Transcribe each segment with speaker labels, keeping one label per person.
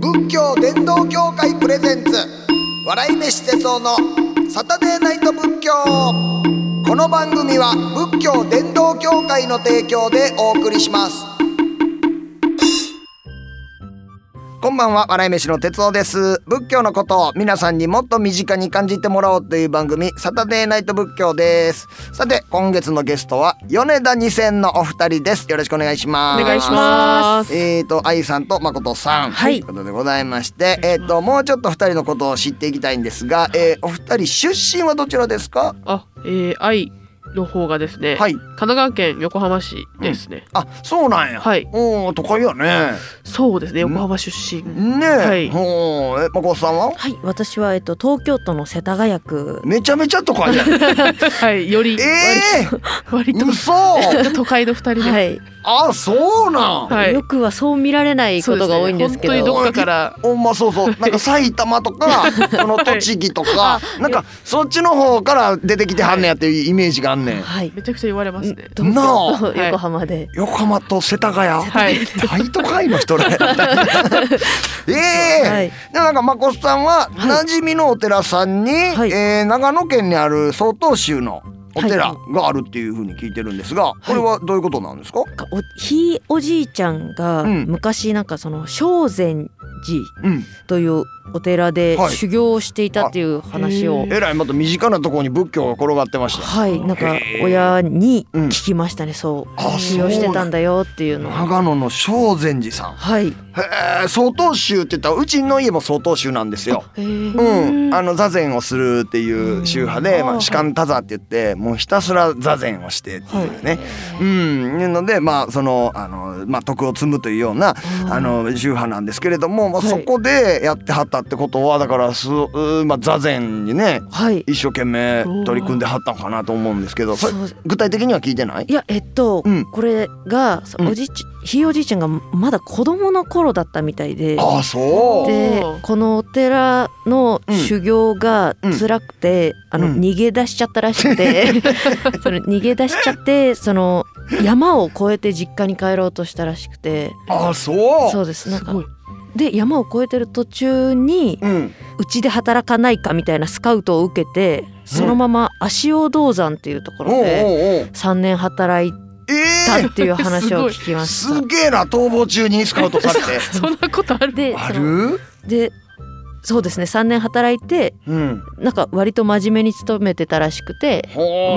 Speaker 1: 道伝道協会プレゼンツ笑い飯哲夫のサタデーナイト仏教この番組は仏教伝道協会の提供でお送りしますこんばんは笑い飯の哲夫です仏教のことを皆さんにもっと身近に感じてもらおうという番組サタデーナイト仏教ですさて今月のゲストは米田二千のお二人ですよろしくお願いします
Speaker 2: お願いします。
Speaker 1: えー、と愛さんと誠さん、
Speaker 2: は
Speaker 1: と
Speaker 2: い
Speaker 1: いうことでございまして、えー、ともうちょっと2人のことを知っていきたいんですが、えーお二人出身はどちらですか
Speaker 2: あ、えー、愛の方がですね、
Speaker 1: はい
Speaker 2: 神奈川県横浜市ですね。
Speaker 1: あそうなんや、
Speaker 2: はい
Speaker 1: おお都会やね
Speaker 2: そうですね、
Speaker 1: うん
Speaker 2: 横浜出身。
Speaker 1: ね
Speaker 2: はい
Speaker 1: おーえ誠さんは
Speaker 3: はい、私はえっと東京都の世田谷区。
Speaker 1: めちゃめちゃ都 会じゃん
Speaker 2: はい、より割
Speaker 1: えー、
Speaker 2: 割と
Speaker 1: 嘘
Speaker 2: 都会の二人で、
Speaker 3: はい、
Speaker 1: あそうなん、
Speaker 2: はい
Speaker 3: よくはそう見られないことが多いんですけど。
Speaker 2: そうですね本当にどっかから。
Speaker 1: ほんまそうそうなんか埼玉と かこの栃木とか、なんかそっちの方から出てきてはんねやっていうイメージがあんねん、
Speaker 3: はい。
Speaker 2: めちゃくちゃ言われますね。
Speaker 3: 東 京
Speaker 1: な
Speaker 3: と
Speaker 2: あ
Speaker 3: 横浜で。
Speaker 1: 横浜と世田谷
Speaker 2: はい、
Speaker 1: 大都会の人ね。 ええ
Speaker 3: はい
Speaker 1: でもなんかまこさんは
Speaker 3: はい
Speaker 1: 馴染みのお寺さんに、
Speaker 3: はい
Speaker 1: えー長野県にある曹洞宗のお寺
Speaker 3: は
Speaker 1: があるっていうふうに聞いてるんですが、これはどういうことなんですか？
Speaker 3: なんかおひいおじいちゃんが
Speaker 1: うん
Speaker 3: 昔なんかその正禅寺
Speaker 1: うん。
Speaker 3: というお寺で
Speaker 1: はい
Speaker 3: 修行をしていたっていう話
Speaker 2: あ
Speaker 3: を
Speaker 2: へ。
Speaker 1: えらいまた身近なところに仏教が転がってました。
Speaker 3: はい、なんか
Speaker 1: へー
Speaker 3: 親に聞きましたね。そう
Speaker 1: あ、
Speaker 3: 修行してたんだよっていうのを。
Speaker 1: 長野の正禅寺さん。
Speaker 3: はい。
Speaker 1: へえ、曹洞宗って言ったらうちの家も曹洞宗なんですよ。
Speaker 2: えー
Speaker 1: うん、あの座禅をするっていう宗派で、
Speaker 2: うん
Speaker 1: ま
Speaker 2: あ
Speaker 1: あ、
Speaker 2: ー
Speaker 1: 士官多座って言ってもうひたすら座禅をしてっていうね、うんいうのでまあそのあの、まあ、徳を積むというようなあの宗派なんですけれども、まあ、
Speaker 3: はい
Speaker 1: そこでやってはったってことはだからす、うまあ、座禅にね
Speaker 3: はい。
Speaker 1: 一生懸命取り組んではったのかなと思うんですけどそれ
Speaker 3: そう
Speaker 1: 具体的には聞いてない
Speaker 3: いやえっと、
Speaker 1: うん
Speaker 3: これがそう
Speaker 1: うん
Speaker 3: おじいちひいおじいちゃんがまだ子供の頃だったみたいで。
Speaker 1: ああそう
Speaker 3: で
Speaker 2: おー
Speaker 3: このお寺の修行が辛くて、
Speaker 1: ん
Speaker 3: あの
Speaker 1: うん
Speaker 3: 逃げ出しちゃったらしくて、 その逃げ出しちゃってその山を越えて実家に帰ろうとしたらしくて
Speaker 1: ああそう
Speaker 3: そうですなん
Speaker 2: す
Speaker 3: か
Speaker 2: ごい。
Speaker 3: で山を越えてる途中に
Speaker 1: うん、
Speaker 3: うちで働かないかみたいなスカウトを受けてそのまま足尾銅山っていうと
Speaker 1: お
Speaker 3: こ
Speaker 1: うおう
Speaker 3: ろ
Speaker 1: おう
Speaker 3: で
Speaker 1: え
Speaker 3: 3年働いた
Speaker 1: え
Speaker 3: っていう話を聞きました。
Speaker 1: すげえな逃亡中にスカウトされて
Speaker 2: そんなことある。
Speaker 3: で
Speaker 1: あ
Speaker 3: その
Speaker 1: る
Speaker 3: でそうですね3年働いて
Speaker 1: うん
Speaker 3: なんか割と真面目に勤めてたらしくて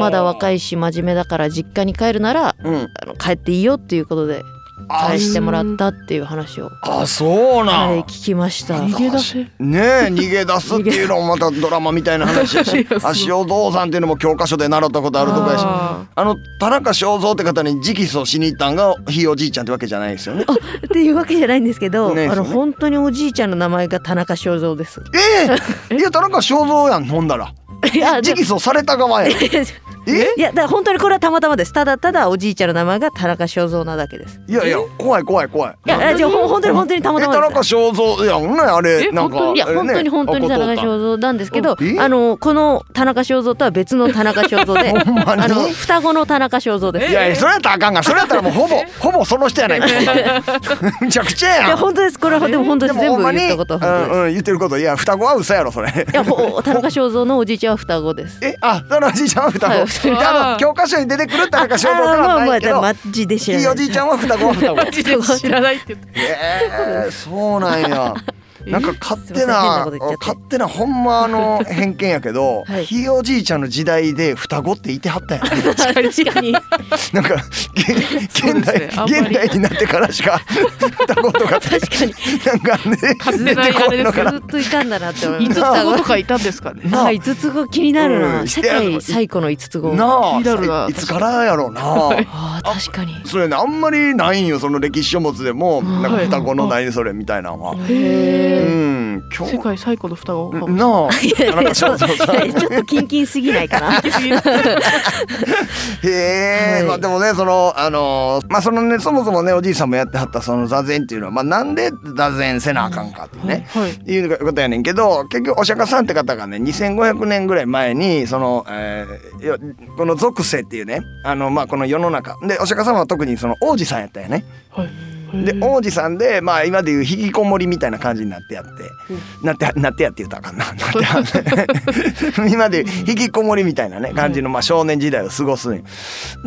Speaker 3: まだ若
Speaker 1: い、
Speaker 3: いし真面目だから実家に帰るなら
Speaker 1: うん、
Speaker 3: あの帰っていいよっていうことで
Speaker 1: あ
Speaker 3: 返してもらったっていう話を、
Speaker 1: あそうなん、
Speaker 3: はい、聞きました。
Speaker 2: 逃げ出せ。
Speaker 1: ねえ逃げ出すっていうのもまたドラマみたいな話や
Speaker 2: い
Speaker 1: し
Speaker 2: やそう
Speaker 1: 足尾銅山っていうのも教科書で習ったことあるとこやし
Speaker 2: あ
Speaker 1: あの田中正造って方に直訴しに行ったんがひいおじいちゃんってわけじゃないですよね。
Speaker 3: っていうわけじゃないんですけど、
Speaker 1: ねえ
Speaker 3: あの
Speaker 1: そうね
Speaker 3: 本当におじいちゃんの名前が田中正造です。
Speaker 1: ええいや田中正造やんほんだら
Speaker 3: いや
Speaker 1: 直
Speaker 3: で
Speaker 1: 訴された側やんえ
Speaker 3: いやだから本当にこれはたまたまです。ただただおじいちゃんの名前が田中正造なだけです。
Speaker 1: いやいや怖い怖い怖い。
Speaker 3: いやじゃあほん本当に本当にたま
Speaker 1: え
Speaker 3: た
Speaker 1: 田
Speaker 3: まです。
Speaker 1: 中正造やんねあれ
Speaker 2: え
Speaker 1: なんか
Speaker 2: 本当
Speaker 3: いや本当に本当に田中
Speaker 1: 造
Speaker 3: 正造なんですけど、
Speaker 1: え
Speaker 3: あのこの田中正造とは別の田中正造で、
Speaker 1: ほんまに
Speaker 3: あの双子の田中正造です。
Speaker 1: い
Speaker 3: い
Speaker 1: やいやそれやったらあかんがそれやったらもうほぼほぼその人やないかむちゃくちゃやん
Speaker 3: や本当ですこれはでも本当
Speaker 1: で
Speaker 3: に
Speaker 1: も
Speaker 3: 全
Speaker 1: ほん
Speaker 3: 部
Speaker 1: まに
Speaker 3: 言ったことは本
Speaker 1: うんうん言ってることいや双子は嘘やろそれ
Speaker 3: 当です。いやほ田中正造のおじいちゃんは双子です。
Speaker 1: えあそのおじいちゃんは双
Speaker 3: は
Speaker 1: 子
Speaker 3: い双
Speaker 2: 子
Speaker 1: であの教科書に出てくる田中正蔵からはないけ
Speaker 3: あ
Speaker 1: ど
Speaker 3: まあまあマジで知ら
Speaker 1: ひい
Speaker 3: な
Speaker 1: お
Speaker 3: い。
Speaker 1: じいちゃんは双子は双子
Speaker 2: あ。マジで知らないって言って。
Speaker 1: えー、そうなんやなんか勝手な
Speaker 3: すいません変なこと言っちゃって
Speaker 1: 勝手なほんまあの偏見やけど、
Speaker 3: はい
Speaker 1: ひいおじいちゃんの時代で双子っていてはったやん
Speaker 3: 確かに。
Speaker 1: なんかげ現代、
Speaker 2: あんまり
Speaker 1: 現代になってからしか双子とかって
Speaker 3: 確かに
Speaker 1: なんかね
Speaker 2: 勝手
Speaker 1: 出
Speaker 2: な
Speaker 1: てこ
Speaker 2: あれ
Speaker 1: い
Speaker 2: で
Speaker 1: の
Speaker 2: すけ
Speaker 1: か
Speaker 2: ど
Speaker 1: な
Speaker 3: ずっといたんだなって思
Speaker 2: 五
Speaker 3: い
Speaker 2: つ
Speaker 3: まし
Speaker 1: なあ
Speaker 2: 子とかいたんですかね。
Speaker 1: なあ
Speaker 3: た。五つ子気にな
Speaker 1: う
Speaker 3: る
Speaker 1: ん
Speaker 3: な。世界最古の五つ子。
Speaker 1: なあ
Speaker 2: 気になるない
Speaker 1: つからやろうな
Speaker 3: ああ確かに。
Speaker 1: それねあんまりないんよその歴史書物でも
Speaker 3: はい
Speaker 1: なんか双子の何それみたいなのは。うん
Speaker 2: へ
Speaker 1: 今
Speaker 2: 世
Speaker 1: 日
Speaker 2: 界最古の双子かも。
Speaker 1: なあ
Speaker 3: いや
Speaker 1: なんか
Speaker 3: ち
Speaker 1: そ
Speaker 3: ょ
Speaker 1: う
Speaker 3: っと
Speaker 1: そうそう
Speaker 3: ちょっとキンキンすぎない かな。
Speaker 1: へえ
Speaker 3: はい
Speaker 1: まあでもねそのあのまあそのねそもそもねおじいさんもやってはったその座禅っていうのはまあなんで座禅せなあかんかっていうね
Speaker 2: はい。
Speaker 1: いうことやねんけど結局お釈迦さんって方がね2500年ぐらい前にその、えーよこの俗世っていうねあのまあこの世の中でお釈迦様は特にその王子さんやったよね。
Speaker 2: はい。
Speaker 1: で王子さんでまあ今でいう引きこもりみたいな感じになってやって、なってなってやって言ったらあかん ななってやって 今でいう引きこもりみたいなね感じのまあ少年時代を過ごすんよ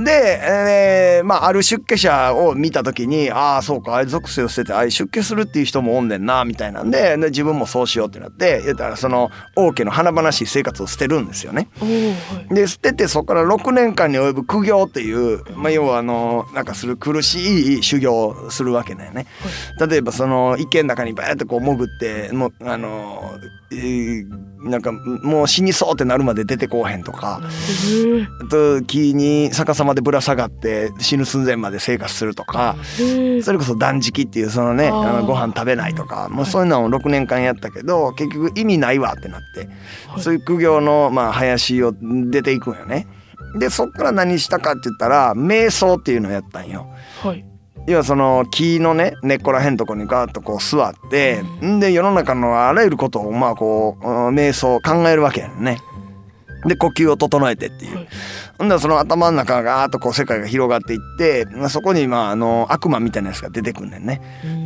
Speaker 1: で、えーまあある出家者を見た時にああそうかあれ属性を捨ててああいう出家するっていう人もおんねんなみたいなんでで自分もそうしようってなって言ったらその王家の華々しい生活を捨てるんですよね。
Speaker 2: おーはい
Speaker 1: で捨ててそこから6年間に及ぶ苦行っていう、まあ、要はあのなんかする苦しい修行をするわけだよね。例えばその池の中にバーッとこう潜ってもうあの、えーなんかもう死にそうってなるまで出てこうへんとか。あと木に逆さまでぶら下がって死ぬ寸前まで生活するとかそれこそ断食っていうそのね
Speaker 2: あー
Speaker 1: あのご飯食べないとかもう
Speaker 2: はい
Speaker 1: そういうのを6年間やったけど結局意味ないわってなって
Speaker 2: はい
Speaker 1: そういう苦行のまあ林を出ていくんよね。でそっから何したかって言ったら瞑想っていうのをやったんよ。
Speaker 2: はい
Speaker 1: 要はその木のね根っこらへんとこにガーッとこう座ってんで世の中のあらゆることをまあこううん瞑想考えるわけやんね。で呼吸を整えてっていう
Speaker 2: はい。
Speaker 1: ほんだらその頭の中がガーッとこう世界が広がっていってまあそこにまああの悪魔みたいなやつが出てくんねんね。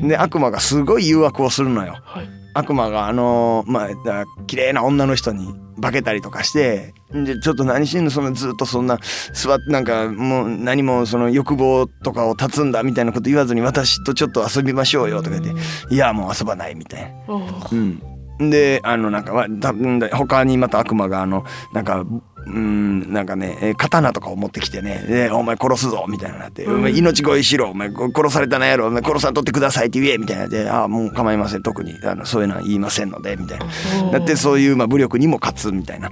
Speaker 1: で悪魔がすごい誘惑をするのよ。
Speaker 2: はい
Speaker 1: 悪魔があのまあだ綺麗な女の人に化けたりとかしてでちょっと何してんのそのずっとそんな座ってなんかもう何もその欲望とかを断つんだみたいなこと言わずに私とちょっと遊びましょうよとか言っていやもう遊ばないみたいな。
Speaker 2: おー
Speaker 1: うん、であのなんかわたんだ他にまた悪魔があのなんか。うんなんかね、えー刀とかを持ってきてね「でお前殺すぞ」みたいになって「
Speaker 2: うん
Speaker 1: お前命乞いしろお前殺されたなやろお前殺さんとってください」って言えみたいなで「ああもう構いません特にあのそういうのは言いませんので」みたいな
Speaker 2: おー
Speaker 1: だってそういう、まあ、武力にも勝つみたいな。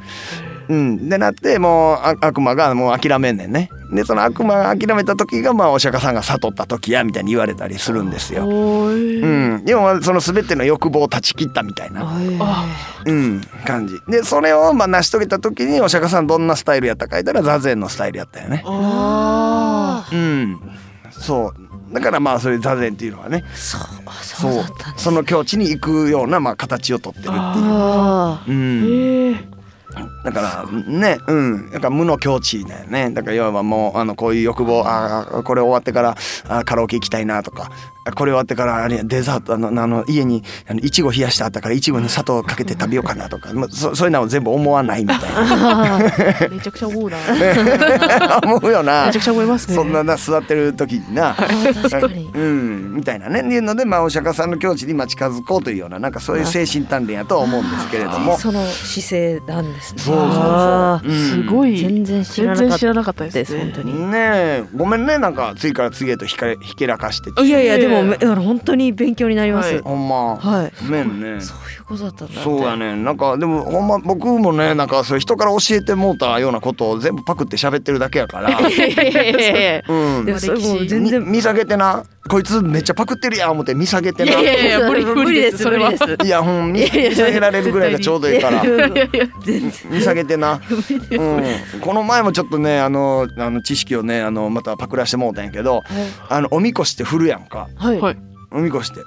Speaker 1: うん、でなってもうあ悪魔がもう諦めんねんね。でその悪魔が諦めた時が、まあ、お釈迦さんが悟った時やみたいに言われたりするんですよ。
Speaker 2: おー
Speaker 1: う
Speaker 2: い
Speaker 1: ん、要はその全ての欲望を断ち切ったみたいな、
Speaker 3: あ
Speaker 1: うん、感じでそれをまあ成し遂げた時にお釈迦さんどんなスタイルやったか言ったら座禅のスタイルやったよね。
Speaker 2: あ
Speaker 1: うん、そうだからまあそういう座禅っていうのはね
Speaker 3: そうあ
Speaker 1: そ
Speaker 3: そう
Speaker 1: う
Speaker 3: だったんです
Speaker 1: その境地に行くような、まあ、形をとってるっていう。
Speaker 3: あ
Speaker 1: うん
Speaker 2: ーええ
Speaker 1: だからねうんだから無の境地だよねだから要はもうあのこういう欲望ああこれ終わってからあカラオケ行きたいなとかあこれ終わってからあれデザートあのあの家にあのいちご冷やしてあったからいちごに砂糖かけて食べようかなとかもうそそういうのを全部思わないみた いな
Speaker 2: めちゃくちゃ思うな
Speaker 1: 思うよな
Speaker 2: めちゃくちゃ思いますね
Speaker 1: そんなな座ってる時にな。
Speaker 3: ー確かに
Speaker 1: うん、みたいなねいうので、まあ、お釈迦さんの境地にまあ近づこうというようななんかそういう精神鍛錬やとは思うんですけれども。
Speaker 3: その姿勢なんですね
Speaker 1: そうそうそう
Speaker 3: あー
Speaker 1: うん
Speaker 2: すごい
Speaker 3: 全然知ら
Speaker 2: 全
Speaker 3: な
Speaker 2: 然
Speaker 3: かっ
Speaker 2: 知らなかった
Speaker 3: た
Speaker 2: で
Speaker 3: ですす本
Speaker 2: ね
Speaker 3: 当に
Speaker 1: ねえごめんねなんか次から次へとひかれひけらかしてて
Speaker 3: いやいやでも
Speaker 2: い
Speaker 3: め
Speaker 2: や
Speaker 3: あの本当に勉強になります
Speaker 1: ほんま。
Speaker 3: はい
Speaker 1: ごめんね。
Speaker 3: そういうことだったんだ
Speaker 1: そうやねなんかでもほんま僕もねなんかそういう人から教えてもうたようなことを全部パクって喋ってるだけやから、
Speaker 3: いやいやいやいやいや
Speaker 1: うん
Speaker 3: で、もそれもう全
Speaker 1: み
Speaker 3: 然
Speaker 1: 見下げてなこいつめっちゃパクってるやん思って見下げて
Speaker 2: い
Speaker 1: な
Speaker 2: やい
Speaker 1: い
Speaker 2: やいや無理無理ですそれは
Speaker 3: 無理です
Speaker 1: やほんま見下げられるぐらいがちょうどいいから
Speaker 3: いやいや
Speaker 2: いやいや
Speaker 3: 全然
Speaker 1: 見下げてな、うん、この前もちょっとねあのあの知識をねあのまたパクらしてもうたんやけどあのおみこしって振るやんか
Speaker 3: はい
Speaker 2: はい
Speaker 1: おみこしって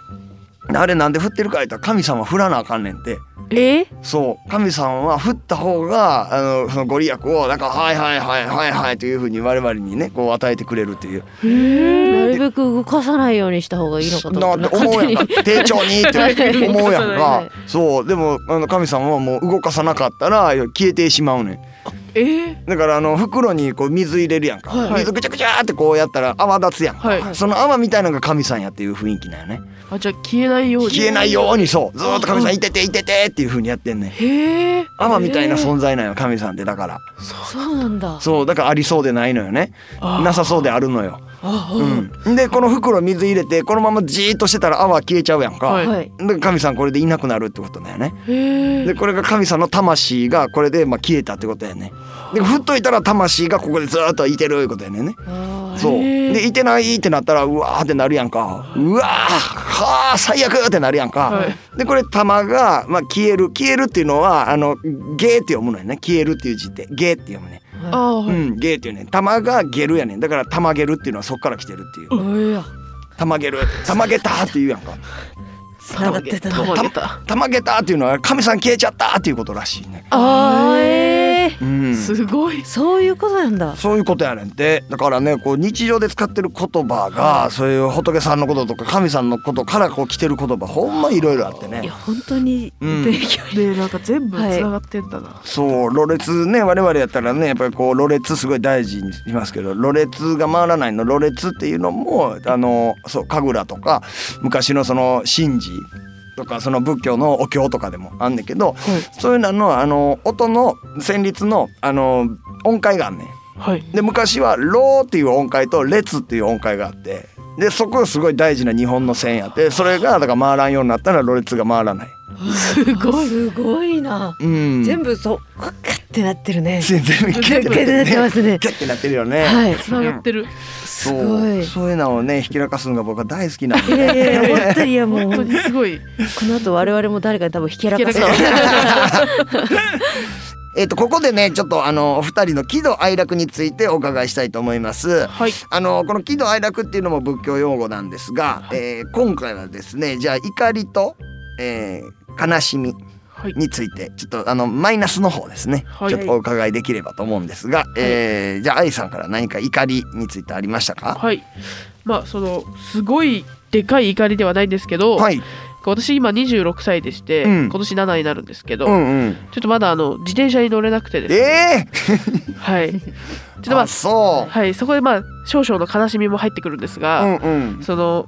Speaker 1: あれなんで振ってるか言ったら神様振らなあかんねんって。
Speaker 3: え
Speaker 1: そう神さんは振った方があのそのご利益をなんか「はいはいはいはいはい」というふうに我々にねこう与えてくれるという
Speaker 3: なるべく動かさないようにした方がいいのかと
Speaker 1: な
Speaker 3: 思
Speaker 1: ん
Speaker 3: って
Speaker 1: て思うやんか「丁重に」って思うやん
Speaker 3: は
Speaker 1: か
Speaker 3: い
Speaker 1: そうでもあの神様はもう動かさなかったら消えてしまうねん
Speaker 2: えー
Speaker 1: だからあの袋にこう水入れるやんか、
Speaker 2: はい
Speaker 1: 水ぐちゃぐちゃってこうやったら泡立つやんか、
Speaker 2: はい
Speaker 1: その泡みたいなのが神さんやっていう雰囲気なんよね
Speaker 2: あじゃあ消えないように
Speaker 1: 消えないようにそうずーっと神さん「いてていてて」っていうふうにやってんねん
Speaker 2: へえ
Speaker 1: 泡みたいな存在なんよ神さんってだから
Speaker 3: そうなんだ
Speaker 1: そうだからありそうでないのよね
Speaker 2: あー
Speaker 1: なさそうであるのよ。
Speaker 2: あ
Speaker 1: うん、でこの袋水入れてこのままじーっとしてたら泡消えちゃうやんか。
Speaker 2: は
Speaker 3: はい
Speaker 1: で神さんこれでいなくなるってことだよね。
Speaker 2: へ え
Speaker 1: でこれが神さんの魂がこれでまあ消えたってことやね。で振っといたら魂がここでずーっといてるいうことやねんね。
Speaker 3: あ
Speaker 1: そう
Speaker 2: へー
Speaker 1: でいてないってなったらうわーってなるやんかうわーはあ最悪ってなるやんか、
Speaker 2: はい
Speaker 1: でこれ玉が、まあ、消える消えるっていうのはあのゲーって読むのよね消えるっていう字ってゲーって読むね、
Speaker 3: ー
Speaker 2: あーはい
Speaker 1: うんゲーっていうね玉がゲルやねんだから玉ゲルっていうのはそっから来てるっていう
Speaker 3: うわ
Speaker 1: 玉ゲル玉ゲタっていうやん か
Speaker 3: つながってた
Speaker 2: 玉
Speaker 3: の
Speaker 2: ゲタ
Speaker 1: 玉ゲタっていうのは神さん消えちゃったっていうことらしいね
Speaker 3: あーえ
Speaker 1: うん
Speaker 2: すごい。
Speaker 3: そういうことなんだ
Speaker 1: そういうことやねんてだからねこう日常で使ってる言葉がそういう仏さんのこととか神さんのことからこう来てる言葉ほんまいろいろあって
Speaker 3: い
Speaker 1: ね
Speaker 3: や本当に
Speaker 1: うん
Speaker 3: 勉強に、
Speaker 2: でなんか全部繋がってんだな。
Speaker 1: そうろれつね我々やったらねやっぱりこうろれつすごい大事にしますけどろれつが回らないのろれつっていうのもあのそう神楽とか昔のその神事とかその仏教のお経とかでもあんねんけどそういうののあの音の旋律のあの音階があんねん。
Speaker 2: はい。
Speaker 1: で昔は「ロー」っていう音階と「列」っていう音階があってでそこがすごい大事な日本の線やってそれがだから回らんようになったら「ロ列」が回らない。
Speaker 2: すごい。
Speaker 3: すごいな、
Speaker 1: うん、
Speaker 3: 全部そうカッってなってるね
Speaker 1: 全部キュッ
Speaker 3: 全
Speaker 1: て
Speaker 3: 部
Speaker 1: なっ
Speaker 3: 出
Speaker 1: てる
Speaker 3: て
Speaker 1: ね。
Speaker 3: ますね
Speaker 1: キュッてなってるよね。
Speaker 3: はい
Speaker 2: 繋がってる。
Speaker 1: そ
Speaker 3: すご
Speaker 1: う
Speaker 3: い
Speaker 1: そういうのをねひきらかすのが僕は大好きなん
Speaker 3: い
Speaker 1: で。
Speaker 3: やいやいや本当にいやもう
Speaker 2: 本当にすごい。
Speaker 3: この後我々も誰かに多分ひけ らかそう
Speaker 2: ひけら
Speaker 1: えっとここでねちょっとあのお二人の喜怒哀楽についてお伺いしたいと思います。
Speaker 2: はい。
Speaker 1: あのこの喜怒哀楽っていうのも仏教用語なんですが、えー今回はですねじゃあ怒りと、えー悲しみ
Speaker 2: はい。
Speaker 1: についてちょっとあのマイナスの方ですね、
Speaker 2: はい
Speaker 1: ちょっとお伺いできればと思うんですが、えーじゃあ愛さんから何か怒りについてありましたか
Speaker 2: はい。まあそのすごいでかい怒りではないんですけど、
Speaker 1: はい、
Speaker 2: 私今26歳でして、
Speaker 1: うん
Speaker 2: 今年7になるんですけど、
Speaker 1: う
Speaker 2: ちょ
Speaker 1: んうん
Speaker 2: っとまだあの自転車に乗れなくてですね。
Speaker 1: え
Speaker 2: はい。ちょっと
Speaker 1: ー、
Speaker 2: ま
Speaker 1: あそ
Speaker 2: あはいそこでまあ少々の悲しみも入ってくるんです
Speaker 1: うう
Speaker 2: が、
Speaker 1: んうん
Speaker 2: その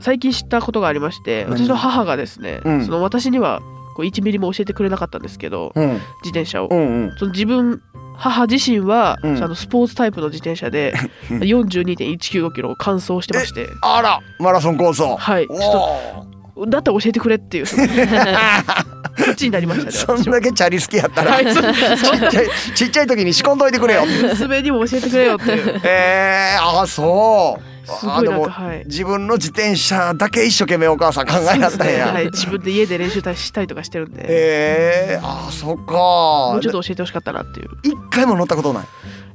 Speaker 2: 最近知ったことがありまして、
Speaker 1: 何
Speaker 2: 私の母がですね、
Speaker 1: うん
Speaker 2: その私にはこう1ミリも教えてくれなかったんですけど、
Speaker 1: うん
Speaker 2: 自転車を
Speaker 1: う。んうん
Speaker 2: その自分母自身は、
Speaker 1: うん
Speaker 2: あのスポーツタイプの自転車で
Speaker 1: うん
Speaker 2: 42.195キロを完走してまして、
Speaker 1: あらマラソン構想
Speaker 2: はい、ち
Speaker 1: お
Speaker 2: ょ
Speaker 1: お
Speaker 2: っと だったら教えてくれっていうそのそっちになりました ね。
Speaker 1: そん
Speaker 2: 私は
Speaker 1: だけチャリ好きやったら、
Speaker 2: はい、そ
Speaker 1: ちっちゃいちっちゃい時に仕込んどいてくれよ
Speaker 2: う 娘にも教えてくれよっていう。
Speaker 1: えー、あそう
Speaker 2: す
Speaker 1: あ
Speaker 2: ごい
Speaker 1: で
Speaker 2: なん
Speaker 1: も
Speaker 2: かはい。
Speaker 1: 自分の自転車だけ一生懸命お母さん考えなったんや、
Speaker 2: はい、自分で家で練習したりとかしてるんで、
Speaker 1: えー、あそっか
Speaker 2: もうちょっと教えてほしかったなっていう。
Speaker 1: 一回も乗ったことない。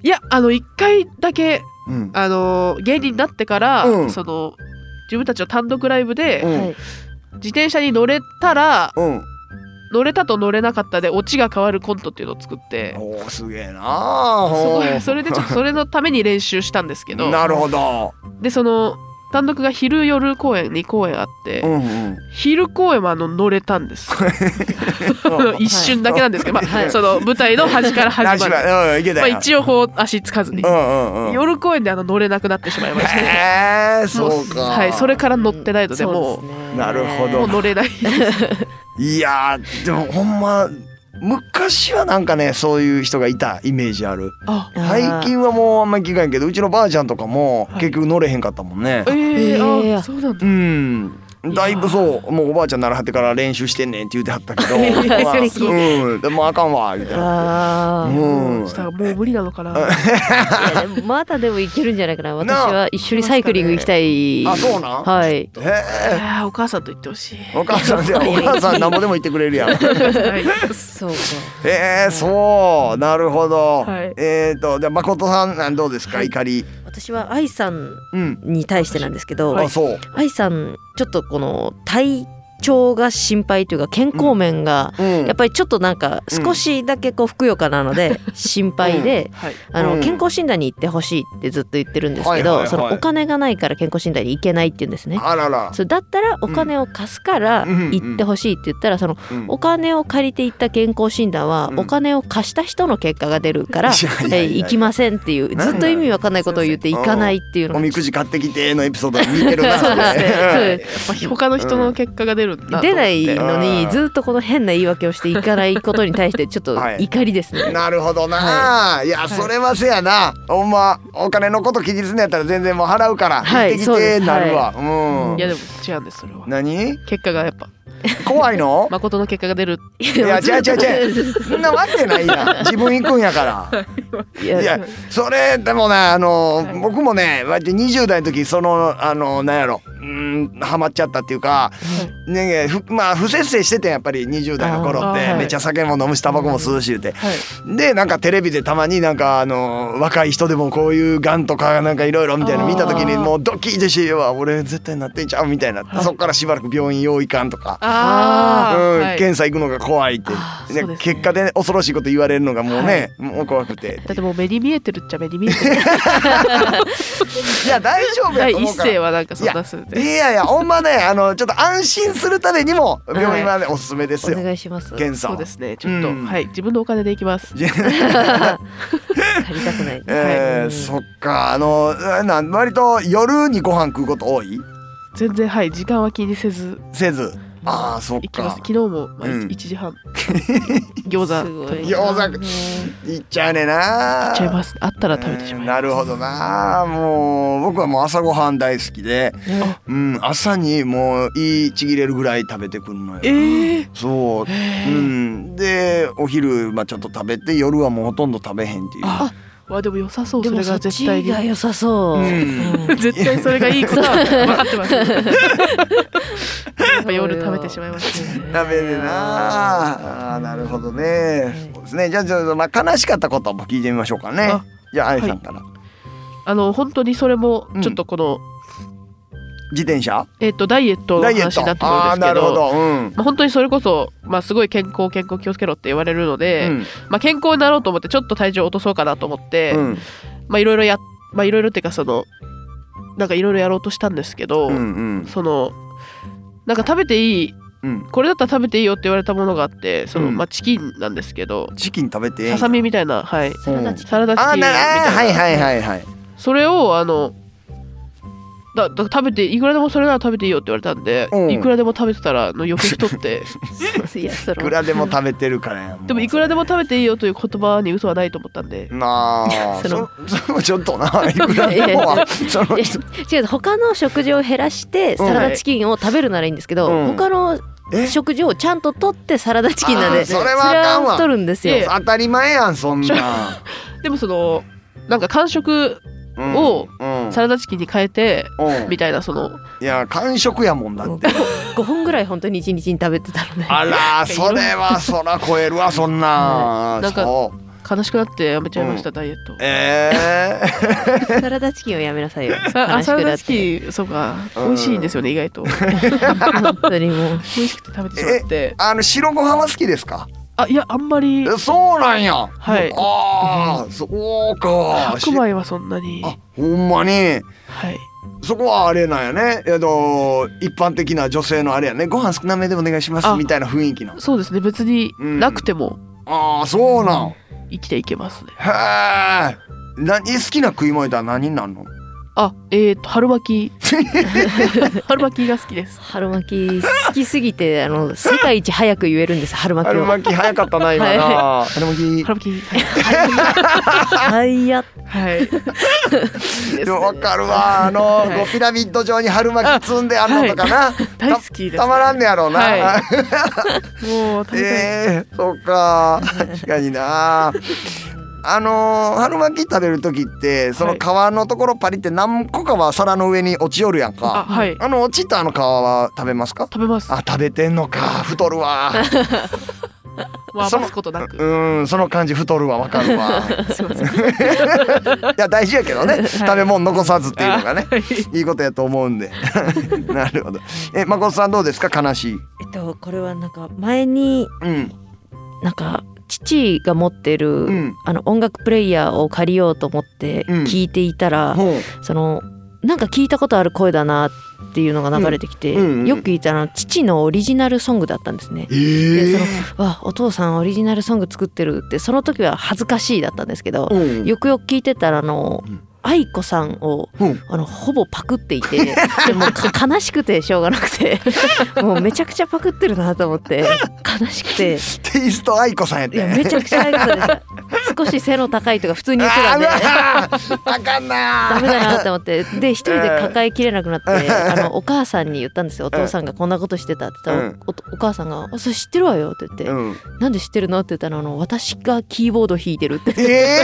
Speaker 2: いや、あの一回だけ
Speaker 1: うん。
Speaker 2: あの芸人になってから、
Speaker 1: うん
Speaker 2: その自分たちの単独ライブで、
Speaker 1: うん
Speaker 3: はい
Speaker 2: 自転車に乗れたら
Speaker 1: うん。
Speaker 2: 乗れたと乗れなかったでオチが変わるコントっていうのを作って
Speaker 1: おおすげえなー。
Speaker 2: そ
Speaker 1: ほー
Speaker 2: こ それでちょっとそれのために練習したんですけど
Speaker 1: なるほど。
Speaker 2: でその単独が昼夜公演2公演あって、
Speaker 1: うんうん。
Speaker 2: 昼公演はあの乗れたんですあの一瞬だけなんですけど、まあ
Speaker 3: はい
Speaker 2: その舞台の端から 始ま
Speaker 1: なし
Speaker 2: る、
Speaker 1: ばうんいけ
Speaker 2: ま
Speaker 1: た
Speaker 2: あ、
Speaker 1: よ。
Speaker 2: 一応こう足つかずに、
Speaker 1: うんうんうん。
Speaker 2: 夜公演であの乗れなくなってしまいまして、
Speaker 1: へえ そうか。
Speaker 2: はい、 それから乗ってないのでもう
Speaker 3: そですね
Speaker 1: なるほど
Speaker 2: もう乗れないです。
Speaker 1: いやーでもほんま昔はなんかねそういう人がいたイメージある。
Speaker 2: あ、
Speaker 3: あー
Speaker 1: 最近はもうあんまり聞かんけどうちのばあちゃんとかも
Speaker 2: はい
Speaker 1: 結局乗れへんかったもんね。
Speaker 2: えー
Speaker 3: えー
Speaker 2: あ、そうなんだ
Speaker 1: う。ん。だいぶそうもうおばあちゃんならはってから練習してんねんって言ってはった けど
Speaker 3: や
Speaker 1: まあ
Speaker 3: 素敵
Speaker 1: うんでもあかんわみたいな。
Speaker 3: あー
Speaker 1: うん
Speaker 2: したらもう無理なのかな。
Speaker 3: いやでもまだでもいけるんじゃないかな私
Speaker 1: なあ
Speaker 3: は一緒にサイクリング行きたい
Speaker 1: あそうなん
Speaker 3: はい
Speaker 1: へえ
Speaker 2: あーお母さんと言ってほしい。
Speaker 1: お母さんでお母さんなんぼでも言ってくれるや ん。
Speaker 2: はい
Speaker 3: そうか
Speaker 1: えー、そうなるほど。
Speaker 2: はい
Speaker 1: えっ、ー、とじゃあ誠さんなんどうですか、
Speaker 3: はい
Speaker 1: 怒り。
Speaker 3: 私は愛さん
Speaker 1: うん。
Speaker 3: に対してなんですけど、
Speaker 1: あそう。
Speaker 3: 愛さんちょっとこの体調が心配というか健康面が、
Speaker 1: うん。
Speaker 3: やっぱりちょっとなんか少しだけこうふくよかなので心配で、
Speaker 2: はい。
Speaker 3: あ
Speaker 1: う
Speaker 3: の
Speaker 1: ん
Speaker 3: 健康診断に行ってほしいってずっと言ってるんですけど、
Speaker 1: はいはいはい
Speaker 3: そのお金がないから健康診断に行けないって言うんですね。
Speaker 1: あらら。
Speaker 3: そうだったらお金を貸すから
Speaker 1: うん
Speaker 3: 行ってほしいって言ったらその
Speaker 1: うん
Speaker 3: お金を借りて行った健康診断は
Speaker 1: うん
Speaker 3: お金を貸した人の結果が出るから
Speaker 1: いやいや
Speaker 3: え
Speaker 1: いや
Speaker 3: 行きませんっていう
Speaker 1: なんだ
Speaker 3: ずっと意味わかんないことを言って行かないっていう
Speaker 1: お
Speaker 3: のが
Speaker 1: みくじ買ってきてのエピソードに似てるな。
Speaker 3: そうですねそう
Speaker 1: ね。
Speaker 3: です
Speaker 2: まあ他の人の結果が出るんだと思って。
Speaker 3: 出ないの
Speaker 1: う
Speaker 3: に
Speaker 1: ん
Speaker 3: ずっとこの変な言い訳をしていかないことに対してちょっと
Speaker 1: はい
Speaker 3: 怒りです ね。
Speaker 1: なるほどな、い、やそれはせやな、ほんまお金のこと気にすんのやったら全然もう払うから、
Speaker 3: は
Speaker 1: 行っ
Speaker 3: い
Speaker 1: てき
Speaker 3: そう
Speaker 1: て
Speaker 3: です
Speaker 1: なるわ、うん
Speaker 2: いやでも違うんですそれは。
Speaker 1: 何
Speaker 2: 結果がやっぱ
Speaker 1: 怖い の
Speaker 2: 誠の結果が出る。
Speaker 1: いや違う違う違うそんなわけないやん自分行くんやから
Speaker 3: いや
Speaker 1: いやそれでもねあの、
Speaker 2: はい
Speaker 1: 僕もね割と20代の時そのあのなんやろうーんハマっちゃったっていうか、ねふまあ不節制しててんやっぱり20代の頃って、
Speaker 2: あーはい
Speaker 1: めっちゃ酒も飲むしタバコも吸うし言うて、
Speaker 2: はい。
Speaker 1: でなんかテレビでたまになんかあの若い人でもこういうがんとかなんかいろいろみたいなの見た時に
Speaker 2: あー
Speaker 1: もうドキッてしてうわ俺絶対なってんちゃうみたいな、
Speaker 2: はい
Speaker 1: そっからしばらく病院用意かんとかか、
Speaker 2: ああ、
Speaker 1: うん
Speaker 2: はい
Speaker 1: 検査行くのが怖いって、
Speaker 3: あ
Speaker 2: ー
Speaker 1: ね
Speaker 2: そうですね
Speaker 1: 結果で恐ろしいこと言われるのがもうね、もう怖くて
Speaker 2: だってもう目に見えてるっちゃ目に見 えてる
Speaker 1: いや大丈夫や
Speaker 2: 第
Speaker 1: と
Speaker 2: 一
Speaker 1: 思うから。
Speaker 2: 声は なんかそんなする
Speaker 1: い
Speaker 2: で
Speaker 1: やいやほんまねあのちょっと安心するためにも病院はね、おすすめです
Speaker 3: お
Speaker 1: よ
Speaker 3: 願いします。借
Speaker 1: 検査
Speaker 2: そう
Speaker 1: は
Speaker 2: で。すねちょっと、
Speaker 1: うん
Speaker 2: はい自分のお金で行きます
Speaker 1: いや
Speaker 3: りたくない。
Speaker 1: えー
Speaker 3: はい
Speaker 1: そっかあのな割と夜にご飯食うこと多い
Speaker 2: 全然はい時間は気にせず
Speaker 1: せずああそっ
Speaker 2: 行きま
Speaker 1: か
Speaker 2: す昨日も、まあ
Speaker 1: うん
Speaker 2: 1 時半餃
Speaker 3: す
Speaker 2: 子
Speaker 3: ご
Speaker 2: 食べ
Speaker 3: い
Speaker 2: 行
Speaker 1: 餃子
Speaker 3: ね
Speaker 1: 行っちゃうねな
Speaker 2: っちゃいますあったら食べてしまいます、
Speaker 1: なるほどなもう僕はもう朝ごはん大好きで、
Speaker 3: ね
Speaker 1: うん、朝にもういいちぎれるぐらい食べてくるのよ
Speaker 2: えー、
Speaker 1: そう、うん、でお昼まあちょっと食べて夜はもうほとんど食べへんっていう
Speaker 2: あわでも良さそう
Speaker 3: で
Speaker 2: そ
Speaker 3: も
Speaker 2: れ
Speaker 3: そ
Speaker 2: が
Speaker 3: っ
Speaker 2: 絶
Speaker 3: ち
Speaker 2: 対に
Speaker 3: が良さそ
Speaker 1: う
Speaker 3: う。うん
Speaker 1: ん
Speaker 2: 絶対それがいいことは分かってます やっぱ夜食べてしまいますね
Speaker 1: 食べるなあーなるほどねそうですねじゃあじゃあ、まあ、悲しかったことも聞いてみましょうかね
Speaker 2: あ
Speaker 1: じゃあ愛さんから、
Speaker 2: あの本当にそれもちょっとこの、
Speaker 1: 自転車
Speaker 2: えっ、とダイエットの
Speaker 1: ダイエッ
Speaker 2: 話
Speaker 1: ト
Speaker 2: になってくるん
Speaker 1: あ
Speaker 2: で
Speaker 1: あ
Speaker 2: す
Speaker 1: な
Speaker 2: け
Speaker 1: るほ
Speaker 2: ど
Speaker 1: どうん、
Speaker 2: まあ、本当にそれこそ、まあ、すごい健康健康気をつけろって言われるので、
Speaker 1: うん
Speaker 2: まあ、健康になろうと思ってちょっと体重を落とそうかなと思って、
Speaker 1: うん
Speaker 2: まあいろいろやまあいろいろっていうかそのなんかいろいろやろうとしたんですけど、
Speaker 1: うんうん
Speaker 2: そのなんか食べていい
Speaker 1: うん
Speaker 2: これだったら食べていいよって言われたものがあってその、
Speaker 1: うん
Speaker 2: まあ、チキンなんですけど
Speaker 1: チキン食べてええんや
Speaker 2: ささみみたいなはい
Speaker 3: サラダチキン
Speaker 2: サラダチキン
Speaker 1: あ
Speaker 2: み
Speaker 1: な
Speaker 2: たい
Speaker 1: あ
Speaker 2: な
Speaker 1: ーはいはいはいはい
Speaker 2: それをあのだだ食べていくらでもそれなら食べていいよって言われたんで、
Speaker 1: うん
Speaker 2: いくらでも食べてたらあの余計太って
Speaker 3: いやそ
Speaker 1: い
Speaker 3: れ
Speaker 1: くらでも食べてるからや
Speaker 2: でもいくらでも食べていいよという言葉に嘘はないと思ったんで
Speaker 1: なあ
Speaker 3: そ
Speaker 1: そ
Speaker 3: の
Speaker 1: それもちょっとないくらでもはその
Speaker 3: いや違う他の食事を減らしてサラダチキンを食べるならいいんですけど、
Speaker 1: うん
Speaker 3: 他の
Speaker 1: え
Speaker 3: 食事をちゃんと取ってサラダチキンな
Speaker 1: あ
Speaker 3: ん
Speaker 1: ー
Speaker 3: で
Speaker 1: それはあかんわ
Speaker 3: 太るんですよ、
Speaker 2: ええ
Speaker 1: 当たり前やんそんな
Speaker 2: でもそのなんか間食
Speaker 1: ん
Speaker 2: を
Speaker 1: うん
Speaker 2: サラダチキンに変えて
Speaker 1: うん
Speaker 2: みたいなその
Speaker 1: いや完食やもんだって
Speaker 3: 5本ぐらい本当に1日に食べてたの で
Speaker 1: あらそれはそら超えるわそんな
Speaker 2: うんなんか
Speaker 1: そう
Speaker 2: 悲しくなってやめちゃいました、ダイエット。
Speaker 1: え え
Speaker 3: サラダチキンをやめ なさいよ
Speaker 2: あ
Speaker 3: 悲
Speaker 2: あ
Speaker 3: しく
Speaker 2: サラ
Speaker 3: な
Speaker 2: ダ
Speaker 3: っ
Speaker 2: チ
Speaker 3: て
Speaker 2: キンそうか
Speaker 1: うん
Speaker 2: 美味しいんですよね意外と美
Speaker 3: 本当にもう
Speaker 2: 味しくて食べてしまって
Speaker 1: あの白ご飯は好きですか
Speaker 2: あいやあんまり
Speaker 1: えそうなんや
Speaker 2: はい
Speaker 1: ああそうか
Speaker 2: 白米はそんなに
Speaker 1: あほんまに
Speaker 2: はい
Speaker 1: そこはあれなんやねえっと一般的な女性のあれやねご飯少なめでお願いします
Speaker 2: あ
Speaker 1: みたいな雰囲気の
Speaker 2: そうですね別に
Speaker 1: うん
Speaker 2: なくても
Speaker 1: ああそうなん
Speaker 2: 生きていけますね
Speaker 1: へえ何好きな食い物やったら何になんの
Speaker 2: あえっ、と 春巻き春巻きが好きです
Speaker 3: 春巻き好きすぎてあの世界一早く言えるんです春巻き
Speaker 1: 春
Speaker 3: を
Speaker 1: 巻き早かったな今な、 春巻
Speaker 2: 春巻きはい、
Speaker 3: はいや
Speaker 2: はい、いいです
Speaker 1: き
Speaker 2: ね
Speaker 1: でも分かるわあの、
Speaker 2: はい
Speaker 1: こうピラミッド状に春巻き積んであんのとかな、
Speaker 2: 大好きです、
Speaker 1: たまらんねやろうな、
Speaker 2: はもう食べたい、
Speaker 1: えー、そう か確かになあのー春巻き食べる時ってその皮のところパリって何個かは皿の上に落ちよるやん
Speaker 2: あ
Speaker 1: かあ
Speaker 2: はい
Speaker 1: の落ちたあの皮は食べますか
Speaker 2: 食べます
Speaker 1: あ食べてんのか太る わ
Speaker 2: もう
Speaker 1: その
Speaker 2: 余すことなく
Speaker 1: うんその感じ太るわわかるわ
Speaker 2: す いません
Speaker 1: いや大事やけどね、食べ物残さずっていうのがね
Speaker 2: あはい
Speaker 1: いいことやと思うんで なるほどえまこさんどうですか悲しい
Speaker 3: えっとこれはなんか前に
Speaker 1: うん
Speaker 3: なんか父が持ってる、
Speaker 1: うん
Speaker 3: あの音楽プレイヤーを借りようと思って
Speaker 1: うん
Speaker 3: 聞いていたら、
Speaker 1: ほう
Speaker 3: そのなんか聞いたことある声だなっていうのが流れてきて、
Speaker 1: うんうんうん
Speaker 3: よく聞いたら父のオリジナルソングだったんですね。
Speaker 1: え
Speaker 3: でそ
Speaker 1: ー
Speaker 3: のわお父さんオリジナルソング作ってるってその時は恥ずかしいだったんですけど、
Speaker 1: うん
Speaker 3: よくよく聞いてたらあの
Speaker 1: うん
Speaker 3: 愛子さんを
Speaker 1: うん
Speaker 3: あのほぼパクっていてでもか悲しくてしょうがな くてもうめちゃくちゃパクってるなと思って悲しくて
Speaker 1: テイスト愛子さんやっ
Speaker 3: い
Speaker 1: て
Speaker 3: やめちゃくちゃ愛子さんでした少し背の高いとか普通に言ってたんで。
Speaker 1: あーあかんな
Speaker 3: ダ
Speaker 1: ー
Speaker 3: メだなって思ってで一人で抱えきれなくなって、あのお母さんに言ったんですよお父さんがこんなことしてたって言ったら、
Speaker 1: うん
Speaker 3: おおお母さんが「あそれ知ってるわよ」って言って「
Speaker 1: うん、
Speaker 3: なんで知ってるの?」って言ったらあの「私がキーボード弾いてる」って
Speaker 1: え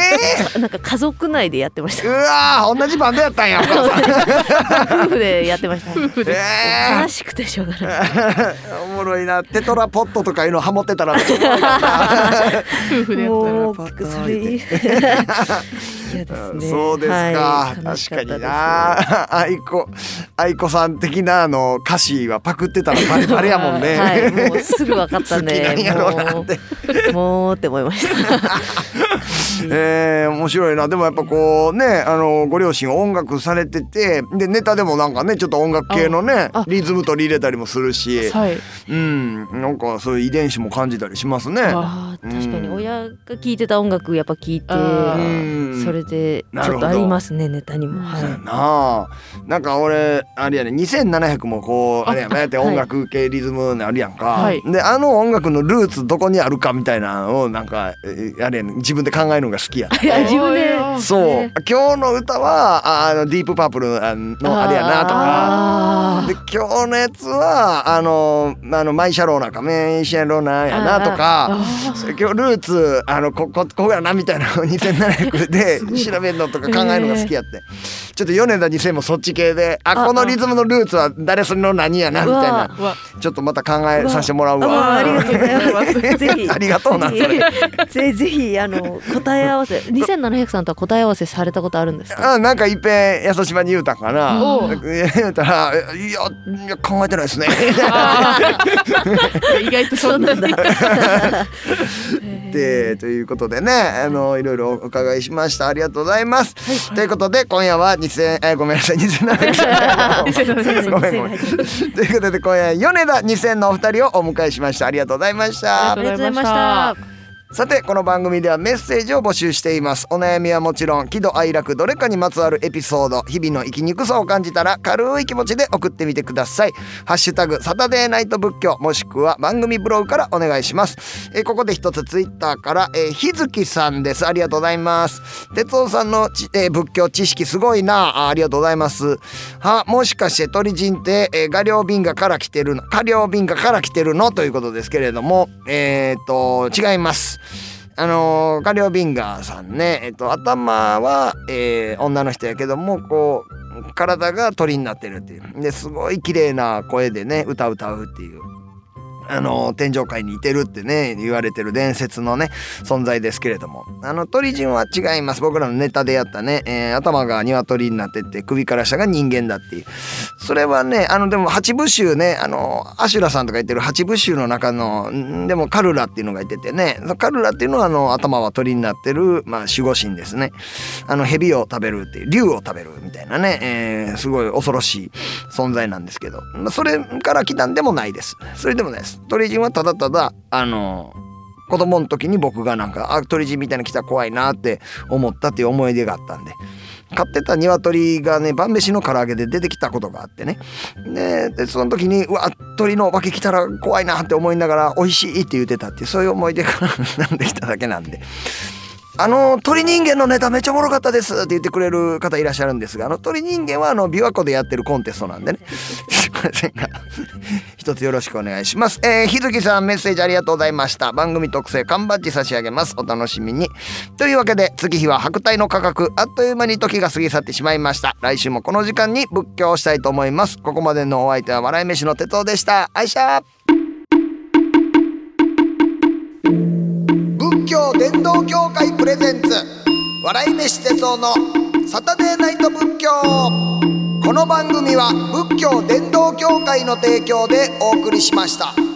Speaker 1: え
Speaker 3: なんか家族内でやってまし
Speaker 1: ー、うわー同じバンドやったん やお母さん
Speaker 3: た夫婦でやってました
Speaker 2: 夫婦で
Speaker 1: え
Speaker 3: 悲しくてしょうがない
Speaker 1: ー、おもろいなテトラポットとかいうのハモってたらめっちゃおもろいな
Speaker 2: 夫婦でやったら
Speaker 3: もう
Speaker 1: パッと
Speaker 3: そ
Speaker 1: 置
Speaker 3: れ
Speaker 1: い
Speaker 3: いいやですね
Speaker 1: そうですか、
Speaker 3: はい悲し
Speaker 1: 確か
Speaker 3: か
Speaker 1: に
Speaker 3: ったです
Speaker 1: な 愛子愛子さん的なあの歌詞はパクってたのバレバレやもんね、
Speaker 3: はい、もうすぐ分かったん
Speaker 1: 好きな
Speaker 3: で
Speaker 1: んやろうなって
Speaker 3: もうもうって思いました
Speaker 1: えー、面白いなでもやっぱこうねあのご両親音楽されててでネタでもなんかねちょっと音楽系のね
Speaker 3: あ
Speaker 1: リズム取り入れたりもするし
Speaker 2: はい。
Speaker 1: うんなんかそういう遺伝子も感じたりしますね。
Speaker 2: あ
Speaker 3: あー確かに親が聴いてた音楽やっぱ聴いて
Speaker 2: あ
Speaker 1: うん
Speaker 3: それで
Speaker 1: な
Speaker 3: ち
Speaker 1: るほ
Speaker 3: ょっ
Speaker 1: ど
Speaker 3: とありますねネタにも、はい
Speaker 2: そ、
Speaker 1: なあなんか俺あれやね2700もこう
Speaker 2: あ
Speaker 1: あれやねやって
Speaker 3: はい
Speaker 1: 音楽系リズムあるやんか、
Speaker 2: はい
Speaker 1: であの音楽のルーツどこにあるかみたいなのをなんかえあれやね自分で考えるのが好きや
Speaker 3: いや自分で
Speaker 2: おー
Speaker 1: そう、
Speaker 3: ね
Speaker 1: 今日の歌はああのディープパープルのあのあれやなとか
Speaker 3: あ
Speaker 1: で今日のやつはあのあのマイシャローなんかメイシャローなんやなとか
Speaker 2: あー
Speaker 1: 今日ルーツあのここここやなみたいなのを2700で調べるのとか考えるのが好きやって、ちょっと米田2000もそっち系であ
Speaker 3: あ
Speaker 1: このリズムのルーツは誰それの何やなみたいうな
Speaker 3: わ
Speaker 2: うわ
Speaker 1: ちょっとまた考えさせてもらう
Speaker 3: あ
Speaker 1: わ。
Speaker 3: ありがとうございますぜ ひ
Speaker 1: ありがとうなそれ
Speaker 3: ぜぜひあの答え合 わせ2700さんとは答え合わせされたことあるんですか
Speaker 1: あなんかいっぺん優しまに言うたんかな
Speaker 2: おう
Speaker 1: 言うたら「いやいや考えてないですね」
Speaker 2: あー意外とそんなに。
Speaker 1: でということでねあのいろいろお伺いしましたありがとうございます。ということで今夜は2000えごめんなさい2700 ごめんごめん。ということで今夜は米田2000のお二人をお迎えしましたありがとうございまし
Speaker 2: ありがとうございました
Speaker 1: た
Speaker 3: あ。りがとうございました
Speaker 1: さてこの番組ではメッセージを募集していますお悩みはもちろん喜怒哀楽どれかにまつわるエピソード日々の生きにくさを感じたら軽い気持ちで送ってみてくださいハッシュタグサタデーナイト仏教もしくは番組ブログからお願いしますえーここで一つツイッターから、えー、ひづきさんですありがとうございます哲夫さんのち、えー仏教知識すごいなあありがとうございますはもしかして鳥人って、えー、画量瓶河から来てるの画量瓶河から来てるのということですけれどもえっ、と違いますあのー、ガリオ・ビンガーさんね、えっと、頭は、えー女の人やけどもこう体が鳥になってるっていうですごい綺麗な声でね歌歌うっていう。あのー天上界に似てるってね言われてる伝説のね存在ですけれどもあの鳥人は違います僕らのネタでやったね、えー頭が鶏になってて首から下が人間だっていうそれはねあのでも八部衆ねあのアシュラさんとか言ってる八部衆の中のんでもカルラっていうのがいててねカルラっていうのはあの頭は鳥になってる、まあ、守護神ですねあの蛇を食べるっていう竜を食べるみたいなね、えーすごい恐ろしい存在なんですけど、まあ、それから来たんでもないですそれでもないです鳥人はただただあの子供の時に僕がなんかあ鳥人みたいなの来たら怖いなって思ったっていう思い出があったんで飼ってた鶏がね晩飯の唐揚げで出てきたことがあってねででその時にうわ鳥のお化け来たら怖いなって思いながら美味しいって言ってたっていうそういう思い出からなんできただけなんで。あの鳥人間のネタめっちゃおもろかったですって言ってくれる方いらっしゃるんですがあの鳥人間はあの琵琶湖でやってるコンテストなんでねすいませんが一つよろしくお願いします、えー、日月さんメッセージありがとうございました番組特製缶バッジ差し上げますお楽しみにというわけで月日は白帯の価格あっという間に時が過ぎ去ってしまいました来週もこの時間に仏教をしたいと思いますここまでのお相手は笑い飯の哲夫でした愛しゃ仏教伝道協会プレゼンツ笑い飯哲夫のサタデーナイト仏教この番組は仏教伝道協会の提供でお送りしました。